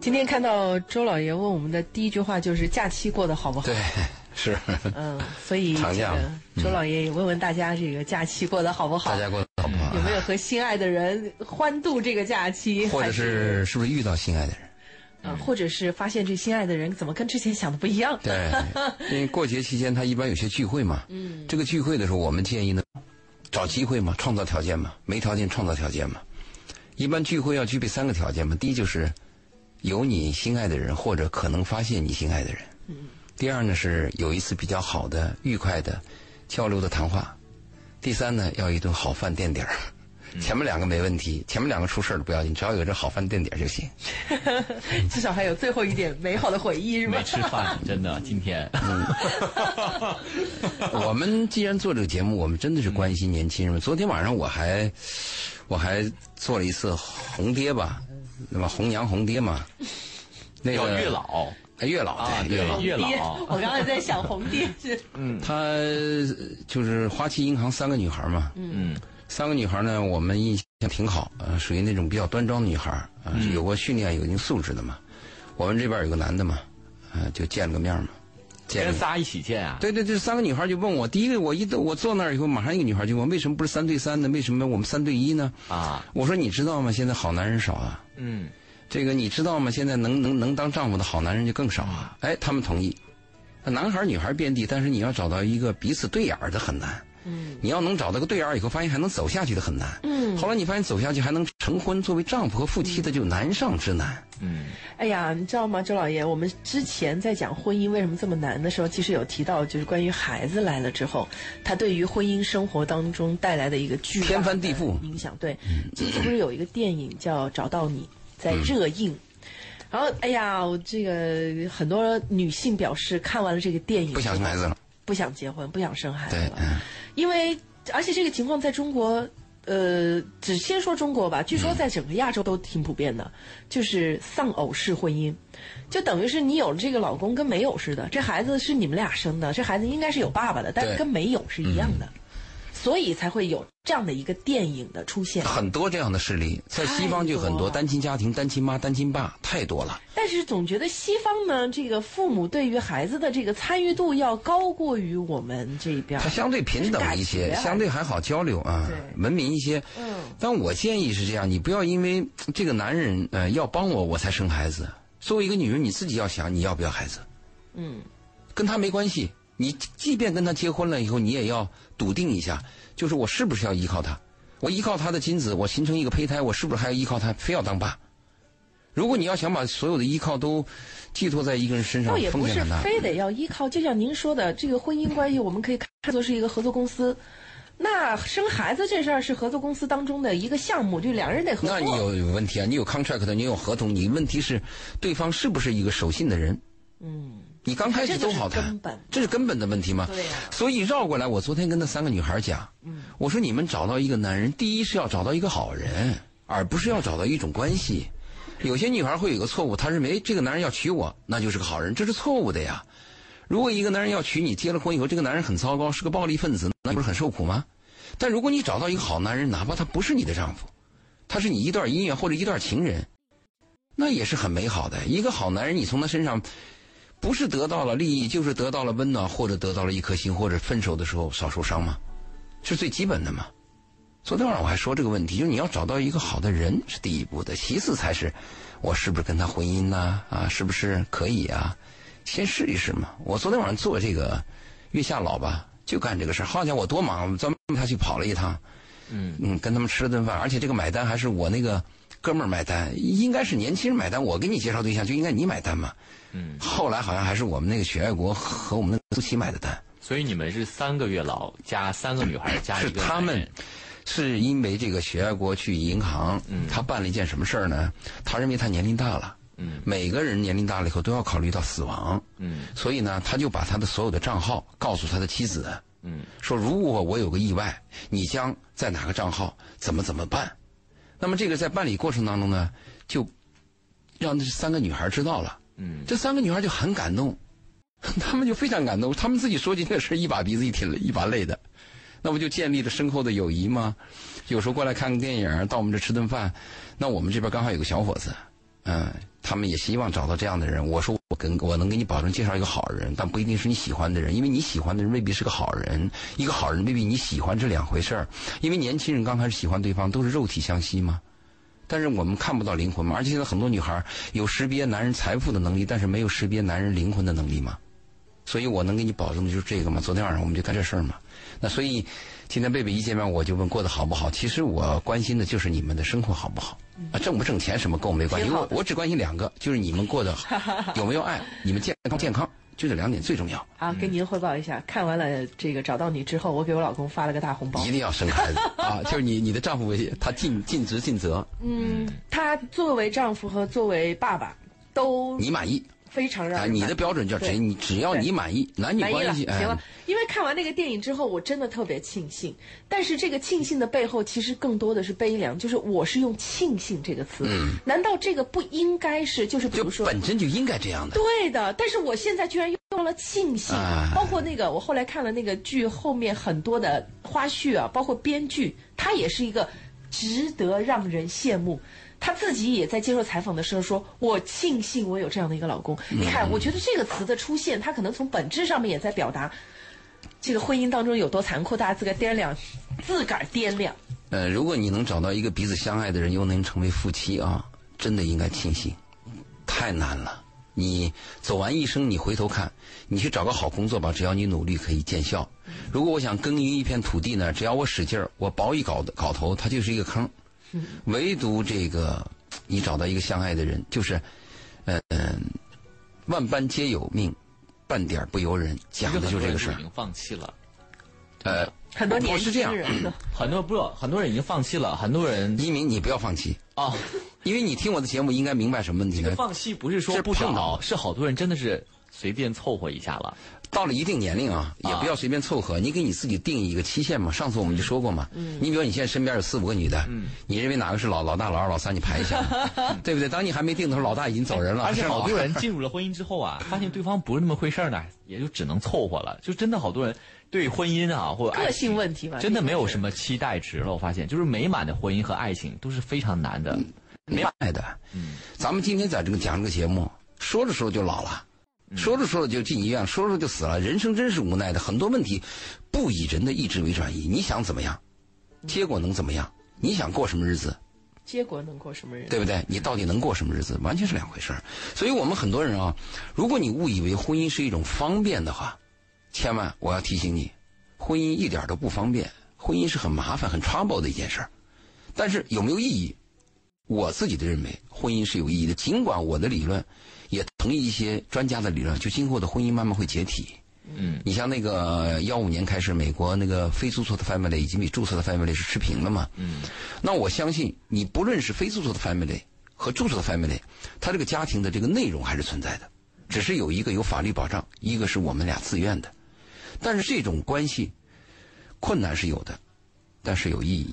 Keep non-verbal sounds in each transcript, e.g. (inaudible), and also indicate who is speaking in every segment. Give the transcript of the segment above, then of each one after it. Speaker 1: 今天看到周老爷问我们的第一句话就是“假期过得好不好
Speaker 2: 对，是”，
Speaker 1: 嗯，所以
Speaker 2: 长
Speaker 1: 这
Speaker 2: 假
Speaker 1: 个
Speaker 2: 嘛嗯
Speaker 1: 周老爷也问问大家这个假期过得好不好
Speaker 2: 大，家过得好不好
Speaker 1: 有？没有和心爱的人欢度这个假期，
Speaker 2: 或者
Speaker 1: 还
Speaker 2: 是是不是遇到心爱的人？
Speaker 1: 啊、或者是发现这心爱的人怎么跟之前想的不一
Speaker 2: (laughs)
Speaker 1: 样？
Speaker 2: 对，因为过节期间他一般有些聚会嘛，嗯，这个聚会的时候，我们建议呢，找机会嘛，创造条件嘛，没条件创造条件嘛。一般聚会要具备三个条件嘛，第一就是有你心爱的人，或者可能发现你心爱的人。嗯。第二呢是有一次比较好的、愉快的交流的谈话。第三呢要一顿好饭垫底儿。前面两个没问题，前面两个出事儿了不要紧，只要有这好饭垫底儿就行。
Speaker 1: 至少还有最后一点美好的回忆，是吧
Speaker 3: 没？吃饭，真的今天。
Speaker 2: 嗯
Speaker 3: (laughs)
Speaker 2: (laughs) 我们既然做这个节目，我们真的是关心年轻人们。昨天晚上我还我还做了一次红爹吧，那么红娘红爹嘛，那
Speaker 3: 要
Speaker 2: 个
Speaker 3: 月老
Speaker 2: 哎月老
Speaker 3: 啊，嗯
Speaker 2: 对月老，
Speaker 3: 月
Speaker 1: 爹
Speaker 3: 老，
Speaker 1: 我刚才在想红爹是，
Speaker 2: 他呃就是花旗银行三个女孩嘛，
Speaker 3: 嗯，
Speaker 2: 三个女孩呢，我们印象挺好，呃，属于那种比较端庄的女孩，啊、
Speaker 3: 嗯
Speaker 2: 是有过训练、有一定素质的嘛。我们这边有个男的嘛，啊，就见了个面嘛，见
Speaker 3: 跟
Speaker 2: 了个
Speaker 3: 仨一起见啊，
Speaker 2: 对对，这三个女孩就问我，第一个我一到我坐那儿以后，马上一个女孩就问，为什么不是三对三呢？为什么我们三对一呢？
Speaker 3: 啊，
Speaker 2: 我说你知道吗？现在好男人少啊。
Speaker 3: 嗯，
Speaker 2: 这个你知道吗？现在能能能当丈夫的好男人就更少啊。哎，他们同意。男孩儿女孩儿遍地，但是你要找到一个彼此对眼儿的很难。嗯，你要能找到个对眼儿以后，发现还能走下去的很难。嗯，后来你发现走下去还能成婚，作为丈夫和夫妻的就难上之难。
Speaker 3: 嗯，
Speaker 1: 哎呀，你知道吗，周老爷，我们之前在讲婚姻为什么这么难的时候，其实有提到就是关于孩子来了之后，他对于婚姻生活当中带来的一个巨大的
Speaker 2: 天翻地覆
Speaker 1: 影响。对，
Speaker 2: 嗯
Speaker 1: 最近不是有一个电影叫《找到你》在热映。然后，哎呀，我这个很多女性表示看完了这个电影之后，
Speaker 2: 不想生孩子了，
Speaker 1: 不想结婚，不想生孩子
Speaker 2: 对，
Speaker 1: 了，
Speaker 2: 嗯，
Speaker 1: 因为而且这个情况在中国，呃，只先说中国吧，据说在整个亚洲都挺普遍的，就是丧偶式婚姻，就等于是你有了这个老公跟没有似的，这孩子是你们俩生的，这孩子应该是有爸爸的，但
Speaker 2: 对
Speaker 1: 跟没有是一样的，所以才会有这样的一个电影的出现。
Speaker 2: 很多这样的事例，在西方就很
Speaker 1: 太多
Speaker 2: 多
Speaker 1: 了
Speaker 2: 单亲家庭、单亲妈、单亲爸太多了。
Speaker 1: 但是总觉得西方呢，这个父母对于孩子的这个参与度要高过于我们这边儿
Speaker 2: 它。相对平等一
Speaker 1: 就是
Speaker 2: 些，
Speaker 1: 感觉啊
Speaker 2: 相对还好交流啊
Speaker 1: 对，
Speaker 2: 文明一些。
Speaker 1: 嗯
Speaker 2: 但我建议是这样，你不要因为呃这个男人呃要帮我，我才生孩子。作为一个女人，你自己要想你要不要孩子，
Speaker 1: 嗯，
Speaker 2: 跟他没关系。你即便跟他结婚了以后，你也要笃定一下，就是我是不是要依靠他？我依靠他的精子，我形成一个胚胎，我是不是还要依靠他，非要当爸？如果你要想把所有的依靠都寄托在一个人身上
Speaker 1: 倒也，
Speaker 2: 嗯风
Speaker 1: 不
Speaker 2: 险
Speaker 1: 是
Speaker 2: 很大。
Speaker 1: 非得要依靠，就像您说的，这个婚姻关系我们可以看作是一个合作公司。那生孩子这事儿是合作公司当中的一个项目，就两人得合作。
Speaker 2: 那你有有问题啊？你有 contract 的，你有合同，你问题是对方是不是一个守信的人？
Speaker 1: 嗯，
Speaker 2: 你刚开始都好
Speaker 1: 这就是
Speaker 2: 谈
Speaker 1: 根本，
Speaker 2: 这是根本的问题吗？
Speaker 1: 对呀嗯
Speaker 2: 所以绕过来，我昨天跟那三个女孩讲，我说你们找到一个男人，第一是要找到一个好人，而不是要找到一种关系。有些女孩会有个错误，她认为这个男人要娶我，那就是个好人，这是错误的呀。如果一个男人要娶你，结了婚以后，这个男人很糟糕，是个暴力分子，那不是很受苦吗？但如果你找到一个好男人，哪怕他不是你的丈夫，他是你一段姻缘或者一段情人，那也是很美好的。一个好男人，你从他身上不是得到了利益，就是得到了温暖，或者得到了一颗心，或者分手的时候少受伤吗？是最基本的嘛。昨天晚上我还说这个问题，就是你要找到一个好的人是第一步的，其次才是我是不是跟他婚姻呐啊是不是可以啊？先试一试嘛。我昨天晚上做这个月下老吧，就干这个事儿。好家伙，我多忙，我专门他去跑了一趟，
Speaker 3: 嗯
Speaker 2: 嗯，跟他们吃了顿饭，而且这个买单还是我那个哥们儿买单，应该是年轻人买单。我给你介绍对象就应该你买单嘛。
Speaker 3: 嗯，
Speaker 2: 后来好像还是我们那个许爱国和我们那个苏琪买的单，
Speaker 3: 所以你们是三个月老加三个女孩加一
Speaker 2: 是
Speaker 3: 个
Speaker 2: 他
Speaker 3: 男
Speaker 2: 们
Speaker 3: 人，
Speaker 2: 是因为这个许爱国去银行，他办了一件什么事儿呢？他认为他年龄大了，
Speaker 3: 嗯
Speaker 2: 每个人年龄大了以后都要考虑到死亡，
Speaker 3: 嗯
Speaker 2: 所以呢，他就把他的所有的账号告诉他的妻子，
Speaker 3: 嗯
Speaker 2: 说如果我有个意外，你将在哪个账号怎么怎么办？那么这个在办理过程当中呢，就让这三个女孩知道了。
Speaker 3: 嗯，
Speaker 2: 这三个女孩就很感 (laughs) 动，她们就非常感动，她们自己说起这事儿一把鼻子一挺一把泪的。那不就建立了深厚的友谊吗？有时候过来看个电影，到我们这吃顿饭，那我们这边刚好有个小伙子，嗯，他们也希望找到这样的人。我说我跟我能给你保证介绍一个好人，但不一定是你喜欢的人，因为你喜欢的人未必是个好人，一个好人未必你喜欢是两回事儿。因为年轻人刚开始喜欢对方都是肉体相吸嘛，但是我们看不到灵魂嘛。而且现在很多女孩有识别男人财富的能力，但是没有识别男人灵魂的能力嘛。所以我能给你保证的就是这个嘛。昨天晚上我们就干这事儿嘛。那所以今天贝贝一见面我就问过得好不好，其实我关心的就是你们的生活好不好啊，挣不挣钱什么跟我没关系，
Speaker 1: 挺好
Speaker 2: 我
Speaker 1: 的
Speaker 2: 我只关心两个，就是你们过得
Speaker 1: (laughs)
Speaker 2: 好有没有爱，你们健康不健康，就这两点最重要，
Speaker 1: 啊，跟您汇报一下，看完了这个找到你之后，我给我老公发了个大红包
Speaker 2: 一。定要生
Speaker 1: (laughs)
Speaker 2: 孩子啊，就是你你的丈夫他尽尽职尽责，
Speaker 1: 嗯，他作为丈夫和作为爸爸，都
Speaker 2: 你满意。
Speaker 1: 非常让
Speaker 2: 啊，
Speaker 1: 人
Speaker 2: 你
Speaker 1: 满
Speaker 2: 的
Speaker 1: 意
Speaker 2: 标准叫
Speaker 1: 对
Speaker 2: 谁？你只要
Speaker 1: 对
Speaker 2: 你满意，男女
Speaker 1: 满意了，
Speaker 2: 关系，哎
Speaker 1: 行了。因为看完那个电影之后，我真的特别庆幸。但是这个庆幸的背后，其实更多的是悲凉。就是我是用“庆幸”这个词，难道这个不应该是？就是比
Speaker 2: 嗯就
Speaker 1: 如说，
Speaker 2: 本身就应该这样的。
Speaker 1: 对的，但是我现在居然用了庆幸，
Speaker 3: 啊
Speaker 2: 哎
Speaker 1: 包括那个我后来看了那个剧后面很多的花絮啊，包括编剧，他也是一个值得让人羡慕。他自己也在接受采访的时候说：“我庆幸我有这样的一个老公。”
Speaker 3: 嗯
Speaker 1: 你看，我觉得这个词的出现，它可能从本质上面也在表达，这个婚姻当中有多残酷，大家自个儿掂量，自个儿掂量。
Speaker 2: 呃，如果你能找到一个彼此相爱的人，又能成为夫妻啊，真的应该庆幸。太难了，你走完一生，你回头看，你去找个好工作吧，只要你努力可以见效。
Speaker 1: 嗯
Speaker 2: 如果我想耕耘一片土地呢，只要我使劲儿，我薄一镐的镐头，它就是一个坑。
Speaker 1: 嗯
Speaker 2: 唯独这个，你找到一个相爱的人，就是，嗯、万般皆有命，半点儿不由人，讲的就这个事
Speaker 3: 已
Speaker 2: 儿。
Speaker 3: 经放弃了。
Speaker 2: 呃，
Speaker 1: 很多年
Speaker 3: 哦
Speaker 2: 不是这样
Speaker 1: 轻人的，
Speaker 3: 很多不，很多人已经放弃了，很多人
Speaker 2: 一鸣，你不要放弃，
Speaker 3: 啊，
Speaker 2: (laughs) 因为你听我的节目应该明白什么问题呢？
Speaker 3: 放弃不是说
Speaker 2: 这
Speaker 3: 不
Speaker 2: 碰
Speaker 3: 好，
Speaker 2: 到
Speaker 3: 是好多人真的是随便凑合一下了。
Speaker 2: 到了一定年龄啊，也不要随便凑合，你给你自己定一个期限嘛。上次我们就说过嘛，你比如你现在身边有四五个女的，你认为哪个是老老大、老二、老三，你排一下嘛， (laughs) 对不对？当你还没定的时候，老大已经走人了，
Speaker 3: 而且
Speaker 2: 是
Speaker 3: 好
Speaker 2: 吧
Speaker 3: 多人进入了婚姻之
Speaker 2: (laughs)
Speaker 3: 后啊，发现对方不是那么回事儿呢，也就只能凑合了。就真的好多人对婚姻啊或者爱
Speaker 1: 个性
Speaker 3: 情
Speaker 1: 问题吧，
Speaker 3: 真的没有什
Speaker 1: 么。
Speaker 3: 么期待值了。我发现，就是美满的婚姻和爱情都是非常难的。
Speaker 2: 没爱的。咱们今天在这个讲这个节目，说着说着就老了，说着说着就进医院，说着说着就死了。人生真是无奈的，很多问题不以人的意志为转移。你想怎么样，结果能怎么样？你想过什么日子，
Speaker 1: 结果能过什么人？
Speaker 2: 对不对？你到底能过什么日子，完全是两回事儿。所以我们很多人啊，如果你误以为婚姻是一种方便的话，千万我要提醒你，婚姻一点都不方便，婚姻是很麻烦、很 trouble 的一件事儿。但是有没有意义？我自己的认为，婚姻是有意义的。尽管我的理论也同意一些专家的理论，就今后的婚姻慢慢会解体。
Speaker 3: 嗯，
Speaker 2: 你像那个呃幺五年开始，美国那个非注册的 family 以及比注册的 family 是持平了嘛？嗯，那我相信你不论是非注册的 family 和注册的 family，它这个家庭的这个内容还是存在的，只是有一个有法律保障，一个是我们俩自愿的。但是这种关系困难是有的，但是有意义。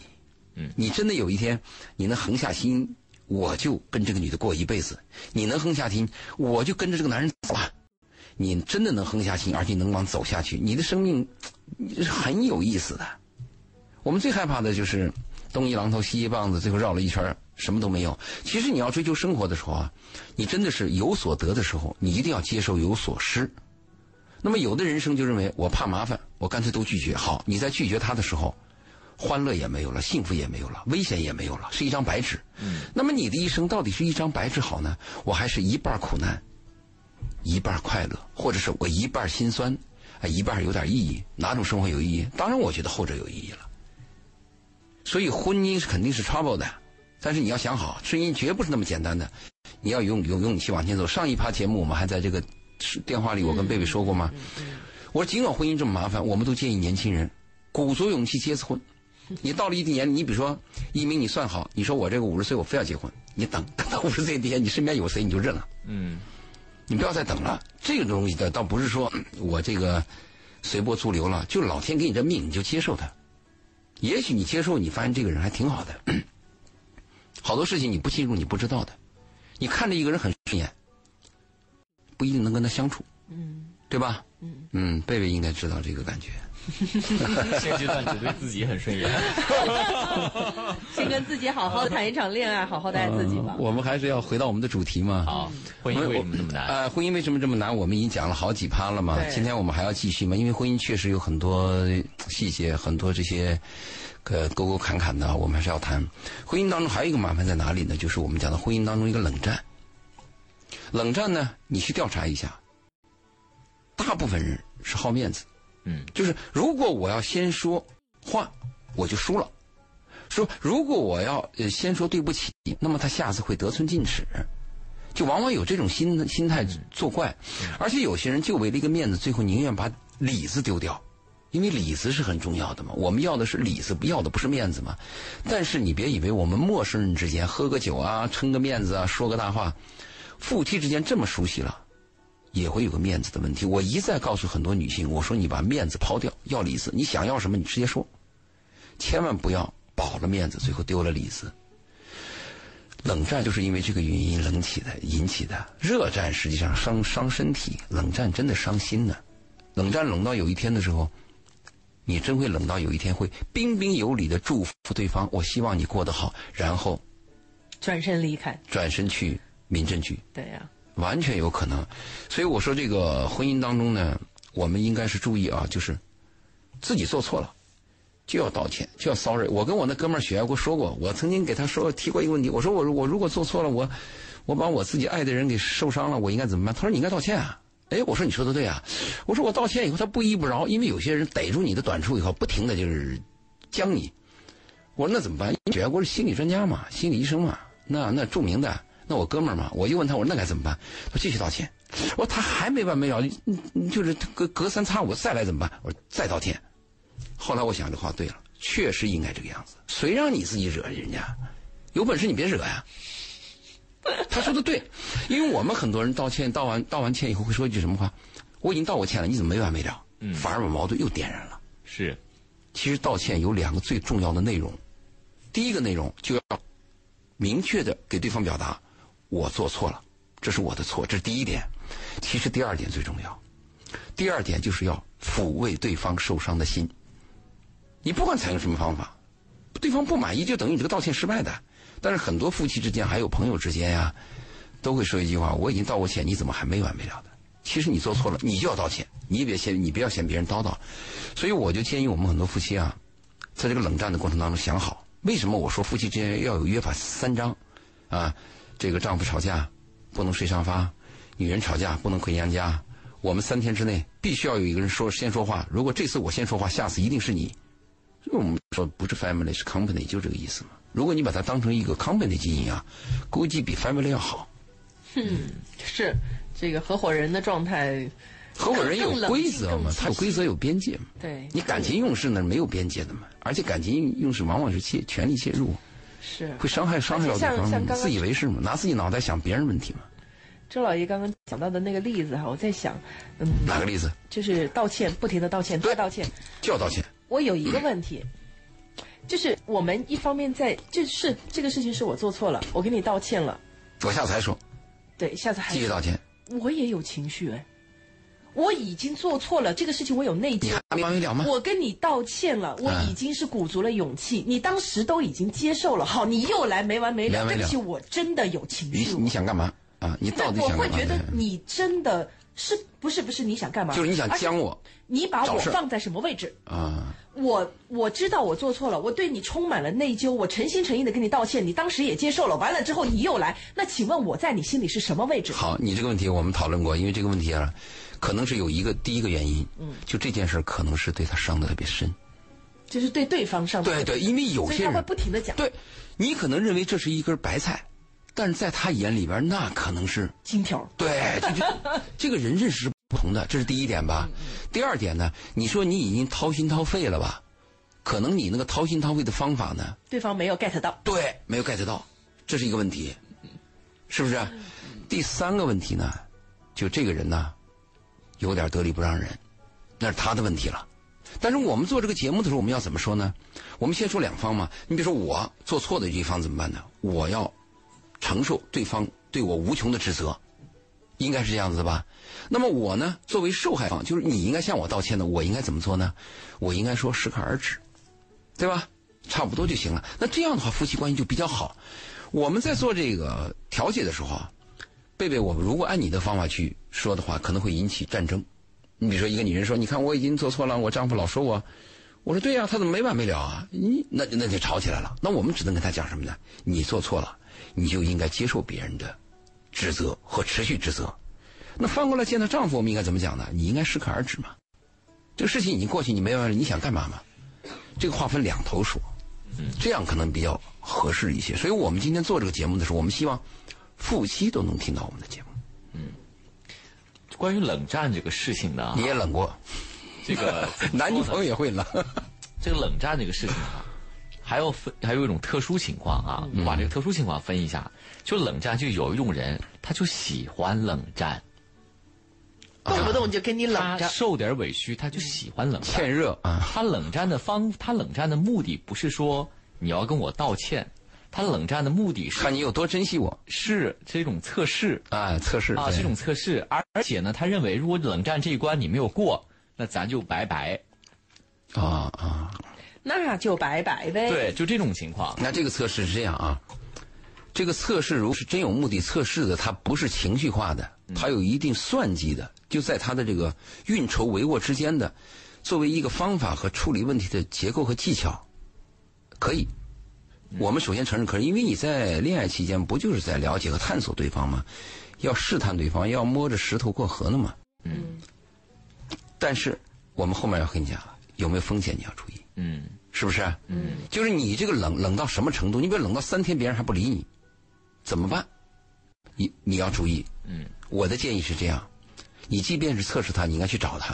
Speaker 2: 嗯，你真的有一天你能横下心，我就跟这个女的过一辈子；你能横下心，我就跟着这个男人走了。你真的能横下心，而且能往走下去，你的生命嘖是很有意思的。我们最害怕的就是东一榔头西一棒子，最后绕了一圈儿什么都没有。其实你要追求生活的时候啊，你真的是有所得的时候，你一定要接受有所失。那么有的人生就认为我怕麻烦，我干脆都拒绝。好，你在拒绝他的时候，欢乐也没有了，幸福也没有了，危险也没有了，是一张白纸。那么你的一生到底是一张白纸好呢，我还是一半儿苦难，一半儿快乐，或者是我一半儿心酸，啊，一半儿有点意义？哪种生活有意义？当然，我觉得后者有意义了。所以婚姻是肯定是 trouble 的，但是你要想好，婚姻绝不是那么简单的，你要有有勇气往前走。上一趴节目我们还在这个电话里，我跟贝贝说过吗？我说尽管婚姻这么麻烦，我们都建议年轻人鼓足勇气结次婚。你到了一定年龄，你比如说一鸣，你算好，你说我这个五十岁我非要结婚，你等等到五十岁那天，你身边有谁你就认了。
Speaker 3: 嗯，
Speaker 2: 你不要再等了。这个东西的倒不是说嗯我这个随波逐流了，就是老天给你这命，你就接受它。也许你接受，你发现这个人还挺好的。嗯好多事情你不进入你不知道的，你看着一个人很顺眼，不一定能跟他相处，嗯，对吧？嗯，贝贝应该知道这个感觉。
Speaker 3: 嗯现阶段只对自己很顺眼。
Speaker 1: 先跟自己好好谈一场恋爱，好好的爱自己吧
Speaker 2: 嗯。我们还是要回到我们的主题嘛。
Speaker 3: (laughs) 好，婚姻为什么那么难？
Speaker 2: 呃，婚姻为什么这么难？我们已经讲了好几趴了嘛
Speaker 1: 对。
Speaker 2: 今天我们还要继续嘛？因为婚姻确实有很多细节，很多这些呃沟沟坎坎的，我们还是要谈。婚姻当中还有一个麻烦在哪里呢？就是我们讲的婚姻当中一个冷战。冷战呢，你去调查一下，大部分人是好面子，
Speaker 3: 嗯，
Speaker 2: 就是如果我要先说话，我就输了。说如果我要呃先说对不起，那么他下次会得寸进尺。就往往有这种心心态作怪，而且有些人就为了一个面子，最后宁愿把里子丢掉，因为里子是很重要的嘛。我们要的是里子，不要的不是面子嘛。但是你别以为我们陌生人之间喝个酒啊、撑个面子啊、说个大话，夫妻之间这么熟悉了，也会有个面子的问题。我一再告诉很多女性，我说你把面子抛掉，要里子。你想要什么，你直接说，千万不要保了面子，最后丢了里子。冷战就是因为这个原因冷起的引起的，热战实际上伤伤身体，冷战真的伤心呢、冷战冷到有一天的时候，你真会冷到有一天会彬彬有礼的祝福对方，我希望你过得好，然后
Speaker 1: 转身离开，
Speaker 2: 转身去民政局，
Speaker 1: 对呀、
Speaker 2: 完全有可能。所以我说，这个婚姻当中呢，我们应该是注意啊，就是自己做错了。就要道歉，就要 sorry。我跟我那哥们儿雪爱国说过，我曾经给他说提过一个问题，我说我我如果做错了，我我把我自己爱的人给受伤了，我应该怎么办？他说你应该道歉啊。哎，我说你说的对啊，我说我道歉以后他不依不饶，因为有些人逮住你的短处以后，不停的就是将你。我说那怎么办？雪爱国是心理专家嘛，心理医生嘛，那那著名的，那我哥们儿嘛，我就问他，我说那该怎么办？他说继续道歉。我说他还没完没了，嗯嗯就是隔隔三差五再来怎么办？我说再道歉。后来我想这话对了，确实应该这个样子。谁让你自己惹人家？有本事你别惹呀、他说的对，因为我们很多人道歉，道完道完歉以后会说一句什么话？我已经道过歉了，你怎么没完没了？反而把矛盾又点燃了。
Speaker 3: 是，
Speaker 2: 其实道歉有两个最重要的内容，第一个内容就要明确的给对方表达我做错了，这是我的错，这是第一点。其实第二点最重要，第二点就是要抚慰对方受伤的心。你不管采用什么方法，对方不满意就等于你这个道歉失败的。但是很多夫妻之间，还有朋友之间呀、都会说一句话：“我已经道过歉，你怎么还没完没了的？”其实你做错了，你就要道歉，你也别嫌你不要嫌别人叨叨。所以我就建议我们很多夫妻啊，在这个冷战的过程当中想好，为什么我说夫妻之间要有约法三章啊？这个丈夫吵架不能睡沙发，女人吵架不能回娘家。我们三天之内必须要有一个人说先说话，如果这次我先说话，下次一定是你。因为我们说不是 family 是 company，就这个意思嘛。如果你把它当成一个 company 经营啊，估计比 family 要好。
Speaker 1: 是这个合伙人的状态，
Speaker 2: 合伙人有
Speaker 1: 更冷静
Speaker 2: 规则嘛
Speaker 1: 更，
Speaker 2: 他有规则有边界嘛。
Speaker 1: 对，
Speaker 2: 你感情用事呢没有边界的嘛，而且感情用事往往是切权力切入，
Speaker 1: 是
Speaker 2: 会伤害伤害到
Speaker 1: 像
Speaker 2: 对方
Speaker 1: 像刚
Speaker 2: 嘛，
Speaker 1: 刚
Speaker 2: 自以为是嘛，拿自己脑袋想别人问题嘛。
Speaker 1: 周老爷刚刚讲到的那个例子哈，我在想，嗯，
Speaker 2: 哪个例子？
Speaker 1: 就是道歉，不停的道歉，再道歉。
Speaker 2: 就要道歉。
Speaker 1: 我有一个问题，就是我们一方面在，就是这个事情是我做错了，我给你道歉了，
Speaker 2: 我下次还说，
Speaker 1: 对，下次还
Speaker 2: 继续道歉。
Speaker 1: 我也有情绪哎，我已经做错了，这个事情我有内
Speaker 2: 你
Speaker 1: 疚
Speaker 2: 还。没完没了 (laughs) 吗？
Speaker 1: 我跟你道歉
Speaker 2: 啊
Speaker 1: 了，我已经是鼓足了勇气，你当时都已经接受了，好，你又来没完没
Speaker 2: 没
Speaker 1: 了，
Speaker 2: 完没
Speaker 1: 对
Speaker 2: 了
Speaker 1: 不起，我真的有情
Speaker 2: 你
Speaker 1: 绪，
Speaker 2: 你想干嘛啊？你到底
Speaker 1: 我
Speaker 2: 想
Speaker 1: 会
Speaker 2: 干嘛嗯
Speaker 1: 觉？得你真的是不是不是你想干嘛？
Speaker 2: 哎就是你想
Speaker 1: 而且
Speaker 2: 将我
Speaker 1: 你把我
Speaker 2: 找事儿
Speaker 1: 放在什么位置？
Speaker 2: 啊？
Speaker 1: 我我知道我做错了，我对你充满了内疚，我诚心诚意的跟你道歉，你当时也接受了，完了之后你又来，那请问我在你心里是什么位置？
Speaker 2: 好，你这个问题我们讨论过，因为这个问题啊，可能是有一个第一个原因，嗯，就这件事儿可能是对他伤的特别深。
Speaker 1: 就是对对方上
Speaker 2: 对对，因为有
Speaker 1: 所以
Speaker 2: 些
Speaker 1: 他会
Speaker 2: 人
Speaker 1: 不停的讲
Speaker 2: 对，你可能认为这是一根白菜，但是在他眼里边，那可能是
Speaker 1: 金条，
Speaker 2: 对，这就这个人认识是不同的，这是第一点吧。第二点呢，你说你已经掏心掏肺了吧？可能你那个掏心掏肺的方法呢，
Speaker 1: 对方没有 get 到，
Speaker 2: 对，没有 get 到，这是一个问题，是不是？第三个问题呢，就这个人呢，有点得理不让人，那是他的问题了。但是我们做这个节目的时候，我们要怎么说呢？我们先说两方嘛。你比如说我做错的这一方怎么办呢？我要承受对方对我无穷的指责，应该是这样子的吧？那么我呢，作为受害方，就是你应该向我道歉的，我应该怎么做呢？我应该说适可而止，对吧？差不多就行了。那这样的话，夫妻关系就比较好。我们在做这个调解的时候啊，贝贝，我如果按你的方法去说的话，可能会引起战争。你比如说，一个女人说：“你看我已经做错了，我丈夫老说我。”我说：“对呀、他怎么没完没了啊？”你那那就吵起来了。那我们只能跟他讲什么呢？你做错了，你就应该接受别人的指责和持续指责。那翻过来见她丈夫，我们应该怎么讲呢？你应该适可而止嘛。这个事情已经过去，你没完了，你想干嘛嘛？这个话分两头说，这样可能比较合适一些。所以我们今天做这个节目的时候，我们希望夫妻都能听到我们的节目。
Speaker 3: 关于冷战这个事情呢，
Speaker 2: 你也冷过，
Speaker 3: 这个
Speaker 2: 男女朋友也会冷。
Speaker 3: 这个冷战这个事情啊，还要分，还有一种特殊情况啊，我把这个特殊情况分一下。就冷战，就有一种人，他就喜欢冷战，
Speaker 2: 啊
Speaker 1: 动不动就跟你冷
Speaker 3: 他
Speaker 1: 战。
Speaker 3: 受点委屈，他就喜欢冷战。
Speaker 2: 欠热啊，
Speaker 3: 他冷战的方，他冷战的目的不是说你要跟我道歉，他冷战的目的
Speaker 2: (laughs)
Speaker 3: 是
Speaker 2: 看你有多珍惜我
Speaker 3: 是这种测试
Speaker 2: 啊！测试
Speaker 3: 啊，
Speaker 2: 对
Speaker 3: 这种测试，而而且呢，他认为如果冷战这一关你没有过，那咱就拜拜。
Speaker 2: 啊啊，
Speaker 1: 那就拜拜呗。，
Speaker 3: 对，就这种情况。
Speaker 2: 那这个测试是这样啊，这个测试如果是真有目的测试的，它不是情绪化的，它有一定算计的，就在它的这个运筹帷幄之间的，作为一个方法和处理问题的结构和技巧，可以。我们首先承认可以，因为你在恋爱期间不就是在了解和探索对方吗？要试探对方，要摸着石头过河了吗？
Speaker 3: 嗯。
Speaker 2: 但是我们后面要跟你讲，有没有风险你要注意。
Speaker 3: 嗯，
Speaker 2: 是不是？嗯，就是你这个冷冷到什么程度？你比如冷到三天，别人还不理你，怎么办？你你要注意。
Speaker 3: 嗯，
Speaker 2: 我的建议是这样：你即便是测试他，你应该去找他；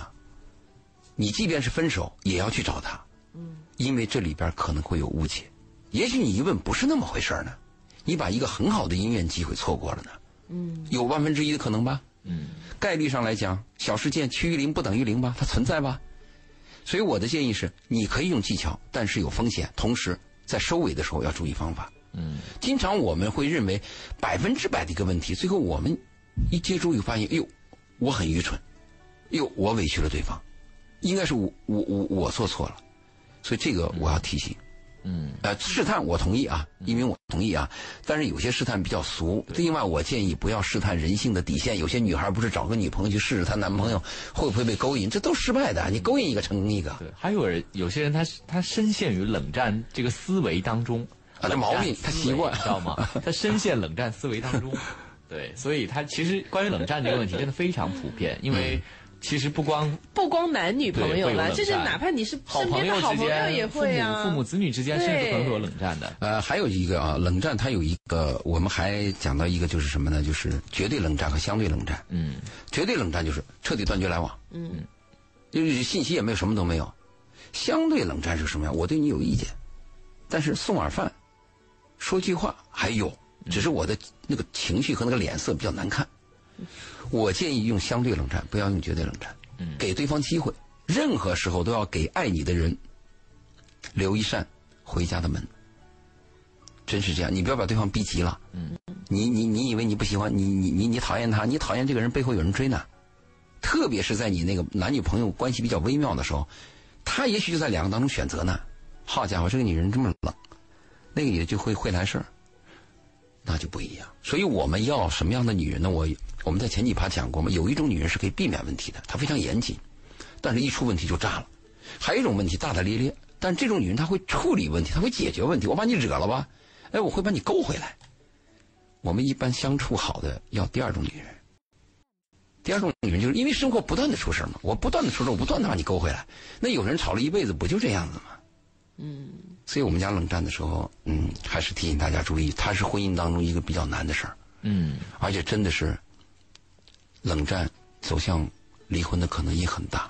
Speaker 2: 你即便是分手，也要去找他。嗯，因为这里边可能会有误解，也许你一问不是那么回事儿呢，你把一个很好的姻缘机会错过了呢。嗯，有万分之一的可能吧。
Speaker 3: 嗯，
Speaker 2: 概率上来讲，小事件趋于零不等于零吧，它存在吧。所以我的建议是，你可以用技巧，但是有风险，同时在收尾的时候要注意方法。
Speaker 3: 嗯，
Speaker 2: 经常我们会认为百分之百的一个问题，最后我们一接触又发现，哎呦，我很愚蠢，哎呦，我委屈了对方，应该是我我我我做错了，所以这个我要提醒。
Speaker 3: 嗯，
Speaker 2: 呃，试探我同意啊，因为我同意啊，但是有些试探比较俗。另外，我建议不要试探人性的底线。有些女孩不是找个女朋友去试试她男朋友会不会被勾引，这都失败的。你勾引一个成功一个。
Speaker 3: 对，还有人有些人他是他深陷于冷战这个思维当中，
Speaker 2: 啊这
Speaker 3: 冷战
Speaker 2: 毛病他
Speaker 3: 思维
Speaker 2: 习惯
Speaker 3: 你知道吗？他深陷冷战思维当
Speaker 2: (laughs)
Speaker 3: 中，对，所以他其实关于冷战这个问题真的非常普遍，因
Speaker 2: 嗯
Speaker 3: 为其实不光
Speaker 1: 不光男女朋友了，
Speaker 3: 对会有冷战
Speaker 1: 就是哪怕你是
Speaker 3: 好
Speaker 1: 身边的
Speaker 3: 朋友
Speaker 1: 好
Speaker 3: 之
Speaker 1: 朋友也
Speaker 3: 间、父
Speaker 1: 会
Speaker 3: 母
Speaker 1: 啊。
Speaker 3: 父母子女之间，甚至
Speaker 1: 对
Speaker 3: 可能会有冷战的。
Speaker 2: 呃，还有一个啊，冷战它有一个，我们还讲到一个就是什么呢？就是绝对冷战和相对冷战。
Speaker 3: 嗯
Speaker 2: 绝对冷战就是彻底断绝来往，
Speaker 1: 嗯，
Speaker 2: 就是信息也没有，什么都没有。相对冷战是什么呀？我对你有意见，但是送碗饭，说句话还有，只是我的那个情绪和那个脸色比较难看。我建议用相对冷战，不要用绝对冷战，给对方机会，任何时候都要给爱你的人留一扇回家的门。真是这样，你不要把对方逼急了。嗯，你你你以为你不喜欢你你你你讨厌他，你讨厌这个人背后有人追呢，特别是在你那个男女朋友关系比较微妙的时候，他也许就在两个当中选择呢。好家伙，这个女人这么冷，那个女的就会会来事儿，那就不一样。所以我们要什么样的女人呢？我我们在前几趴讲过嘛，有一种女人是可以避免问题的，她非常严谨，但是一出问题就炸了；还有一种问题大大咧咧，但这种女人她会处理问题，她会解决问题。我把你惹了吧，哎，我会把你勾回来。我们一般相处好的要第二种女人。第二种女人就是因为生活不断的出事儿嘛，我不断的出事儿，我不断的把你勾回来。那有人吵了一辈子，不就这样子吗？嗯。所以我们讲冷战的时候，嗯，还是提醒大家注意，它是婚姻当中一个比较难的事儿，
Speaker 3: 嗯，
Speaker 2: 而且真的是冷战走向离婚的可能也很大。